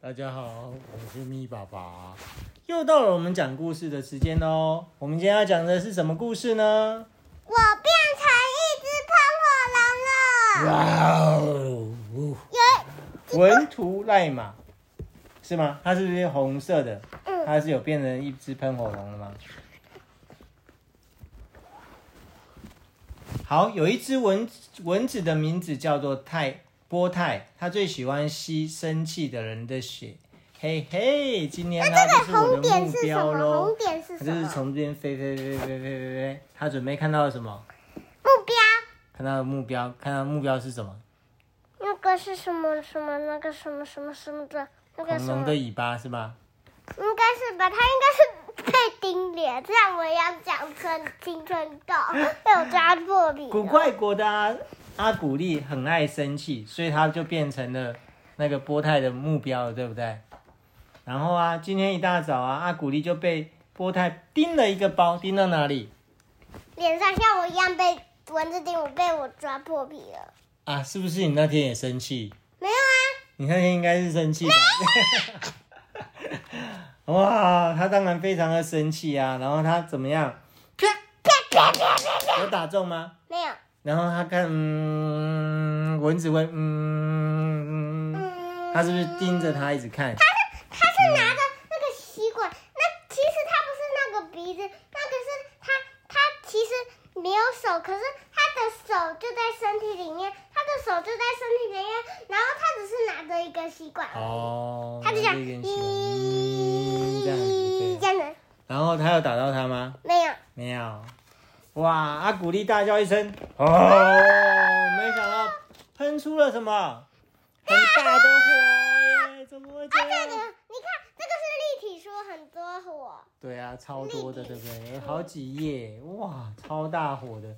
大家好，我是咪爸爸，又到了我们讲故事的时间喽。我们今天要讲的是什么故事呢？我变成一只喷火龙哇了。哦，有，文图赖马是吗？它是不是红色的？嗯，它是有变成一只喷火龙了吗？好，有一只蚊蚊子的名字叫做泰波泰，它最喜欢吸生气的人的血。嘿嘿，今天它就这是个红我的点目是什标么？喽红。点是它什就是么？从这边飞飞飞飞飞飞飞飞，它准备看到了什么？目标看到的目标，看到的目标是什么？那个是什么什么那个什么什么什么的，那个恐什龙么的尾巴是吧？应该是吧？它应该是被叮脸，这样我要讲成青春痘，被我抓破皮了。古怪国的阿阿古丽很爱生气，所以他就变成了那个波泰的目标了，对不对？然后啊，今天一大早啊，阿古丽就被波泰叮了一个包，叮到哪里脸上像我一样被蚊子叮，我被我抓破皮了。啊？是不是你那天也生气？没有啊，你那天应该是生气吧？ 哇，他当然非常的生气啊，然后他怎么样？啪啪啪啪啪，有打中吗？没有。然后他看，嗯，蚊子会，嗯，嗯嗯，他是不是盯着他一直看？他是拿着那个吸管，那其实他不是那个鼻子，那个是他他其实没有手，可是他的手就在身体里面，他的手就在身体里面，然后他只是拿着一个吸管，哦，他就这样，有点喜欢嗯这样咦子，这对。样子，啊然后他有打到他吗？没有，没有。哇！阿古丽大叫一声，啊哦，没想到喷出了什么很大的火耶！怎么会这这个你样？看这个是立体书，很多火，对啊，超多的，对不对？有好几页，哇，超大火的，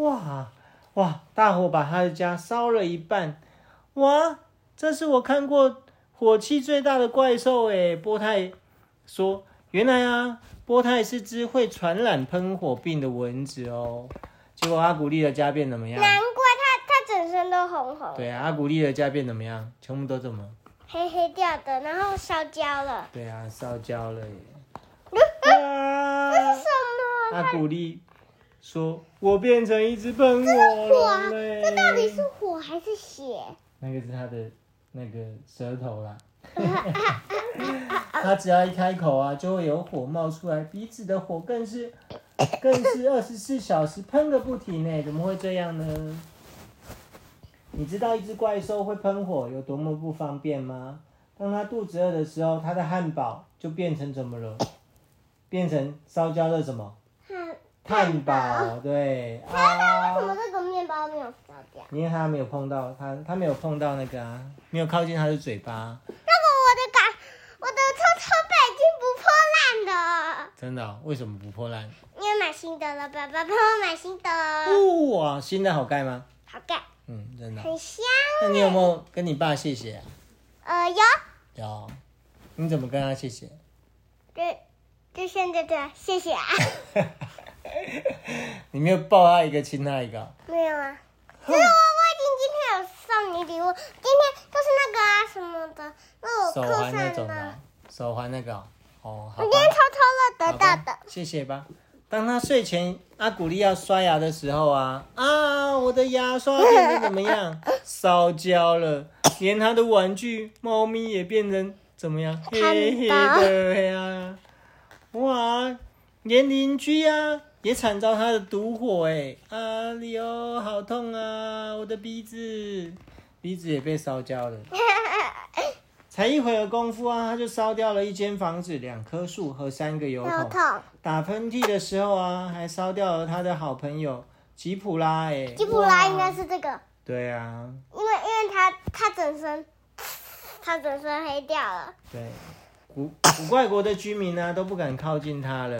哇哇，大火把他的家烧了一半，哇，这是我看过火气最大的怪兽诶。波泰说，原来啊，波泰是只会传染喷火病的蚊子哦。结果阿古丽的家变怎么样？难怪他他整身都红红，对啊，阿古丽的家变怎么样？全部都怎么？黑黑掉的，然后烧焦了，对啊，烧焦了耶！这哇是什么？阿古丽说：“我变成一只喷火火啊，龙嘞这到底是火还是血？那个是他的那个舌头 啦。他只要一开口啊，就会有火冒出来，鼻子的火更是更是二十四小时喷个不停呢，怎么会这样呢？你知道一只怪兽会喷火有多么不方便吗？当它肚子饿的时候，它的汉堡就变成怎么了？变成烧焦的什么？看，汉堡，堡对为什啊么，这个面包没有烧掉？因为他没有碰到他，他没有碰到那个啊，没有靠近他的嘴巴，那个我的感，我的臭臭杯已经不破烂了。真的哦、为什么不破烂？你要买新的了，爸爸帮我买新嗯的，哇，新的好盖吗？好盖，嗯，真的哦。很香那你有没哎。有跟你爸谢谢、啊？呃，有，有，你怎么跟他谢 谢？这这现在这，谢谢啊。 你没有抱他一个亲他一个哦、没有啊，可是我我已经今天有送你礼物，今天就是那个啊什么的，那我手课环那上种的哦的，，手环那个哦，哦我好今吧天，偷偷的得到好的吧。谢谢吧。当他睡前阿古丽要刷牙的时候啊啊，我的牙刷变得怎么样？烧焦了，连他的玩具猫咪也变成怎么样？黑黑的呀、哇，连邻居啊也惨遭他的毒火哎、啊哟，好痛啊！我的鼻子，鼻子也被烧焦了。 才一会儿功夫啊，他就烧掉了一间房子、两棵树和三个油头桶。痛，打喷嚏的时候啊，还烧掉了他的好朋友吉普拉、欸，哎，吉普拉应该哇是这个。对啊，因为因为他他整身， 他整身黑掉了。对，古古怪国的居民呢、都不敢靠近他了，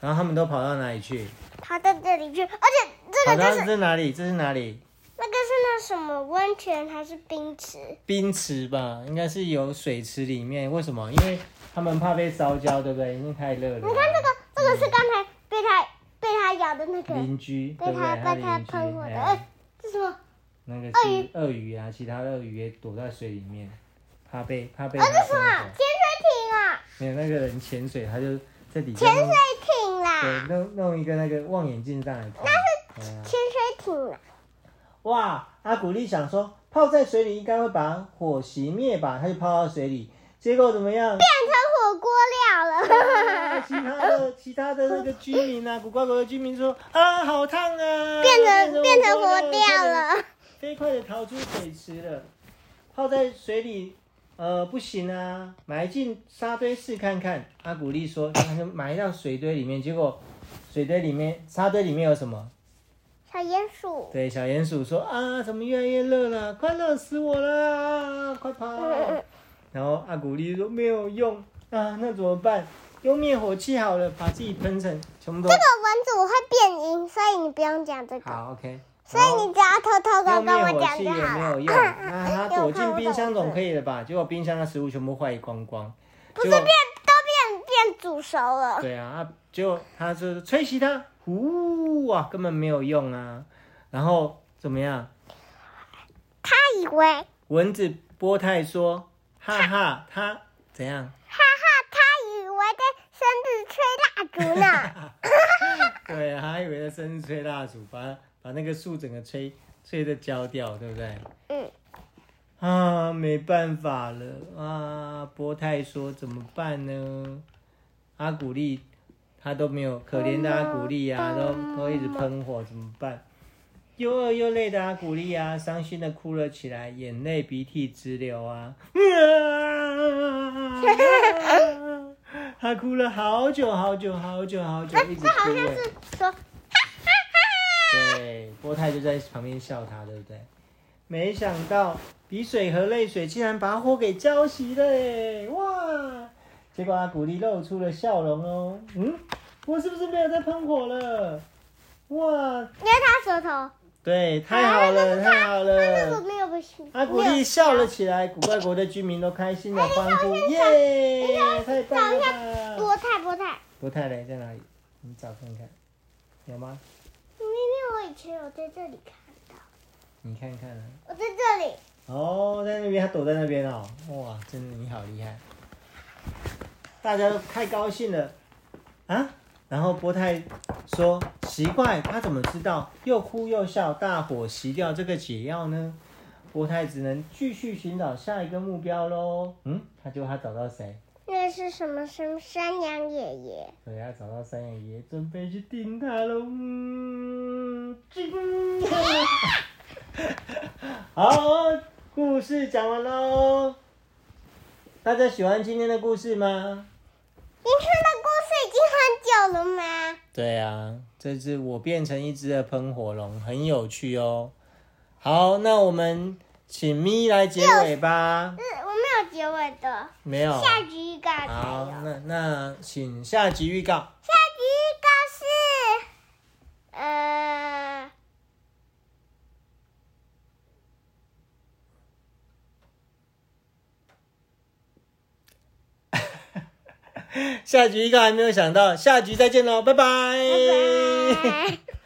然后他们都跑到哪里去？他到这里去，而且这跑个到就是这哪里？这是哪里？那个是那什么温泉还是冰池？冰池吧，应该是有水池里面。为什么？因为他们怕被烧焦，对不对？因为太热了。你看这个，这个是刚才被他被他咬的那个，邻居，对被不对？他他被他邻居，喷火哎的。呀哎，这什么？那个鳄鱼是鳄鱼啊，其他的鳄鱼也躲在水里面，怕被怕被我它是哎什冲么啊走潜水艇啊？没有那个人潜水，他就在底下潜弄水啊艇对啦，弄弄一个那个望远镜上来看。哎呀潜水艇啦，哇，阿古丽想说泡在水里应该会把火熄灭吧，他就泡到水里，结果怎么样？变成火锅料了，啊其他的其他的那个居民啊，古怪国的居民说啊，好烫啊， 变成变成火活掉，了。飞快的逃出水池了，泡在水里。呃，不行啊，埋进沙堆试看看。阿古丽说，他就埋到水堆里面，结果水堆里面沙堆里面有什么？小鼹鼠，对，小鼹鼠说啊，怎么越来越热了？快热死我了啊！快跑！然后阿古丽说没有用啊，那怎么办？用灭火器好了，把自己喷成全部都这个蚊子我会变音，所以你不用讲这个。好，OK。所以你只要偷偷的用跟灭我火讲器就也没好有用，了。 那他躲进冰 箱总可以。以了吧？结果冰箱的食物全部坏光光，不结是果变都变变煮熟了，对啊啊，结果他就是吹熄它，呼啊，根本没有用啊。然后怎么样？他以为蚊子波泰说：“哈哈，他怎样？ 他以为在生日吹蜡烛 呢。对，啊他以为他生日吹蜡烛，把把那个树整个吹吹的焦掉，对不对？嗯，啊，没办法了啊！波泰说怎么办呢？阿古丽他都没有可怜哎的阿古丽呀、都都一直喷火，怎么办？又饿又累的阿古丽啊，伤心的哭了起来，眼泪鼻涕直流啊！啊 他哭了好久好久好久好久，一直哭、哎这好像欸。是说对，波泰就在旁边笑他，对不对？没想到鼻水和泪水竟然把火给浇熄了耶！哇！结果阿古丽露出了笑容哦。嗯，我是不是没有在喷火了？哇！捏他舌头，对，太好了，太好哎但是我了！没有不行。阿古丽笑了起来，古怪国的居民都开心的欢哎呼，耶！太棒了吧！菠菜菠菜，波泰雷在哪里？你找看看，有吗？明明我以前有在这里看到，你看看啊。我在这里，哦，在那边，他躲在那边哦，哇，真的你好厉害！大家都太高兴了啊！然后波泰说：“奇怪，他怎么知道又哭又笑，大火熄掉这个解药呢？”波泰只能继续寻找下一个目标喽。嗯，他就他找到谁？那是什么什么山羊爷爷？对，他找到三眼爷，准备去盯他 喽。嗯，叮好，故事讲完喽。大家喜欢今天的故事吗？您看的故事已经很久了吗？对啊，这是我变成一只的喷火龙，很有趣哦。好，那我们请咪来结尾吧。是我没有结尾的，没有。下集预告才哦好有。，那那请下集预告。下集预告是，呃，下集预告还没有想到，下集再见喽，拜拜嗯拜拜。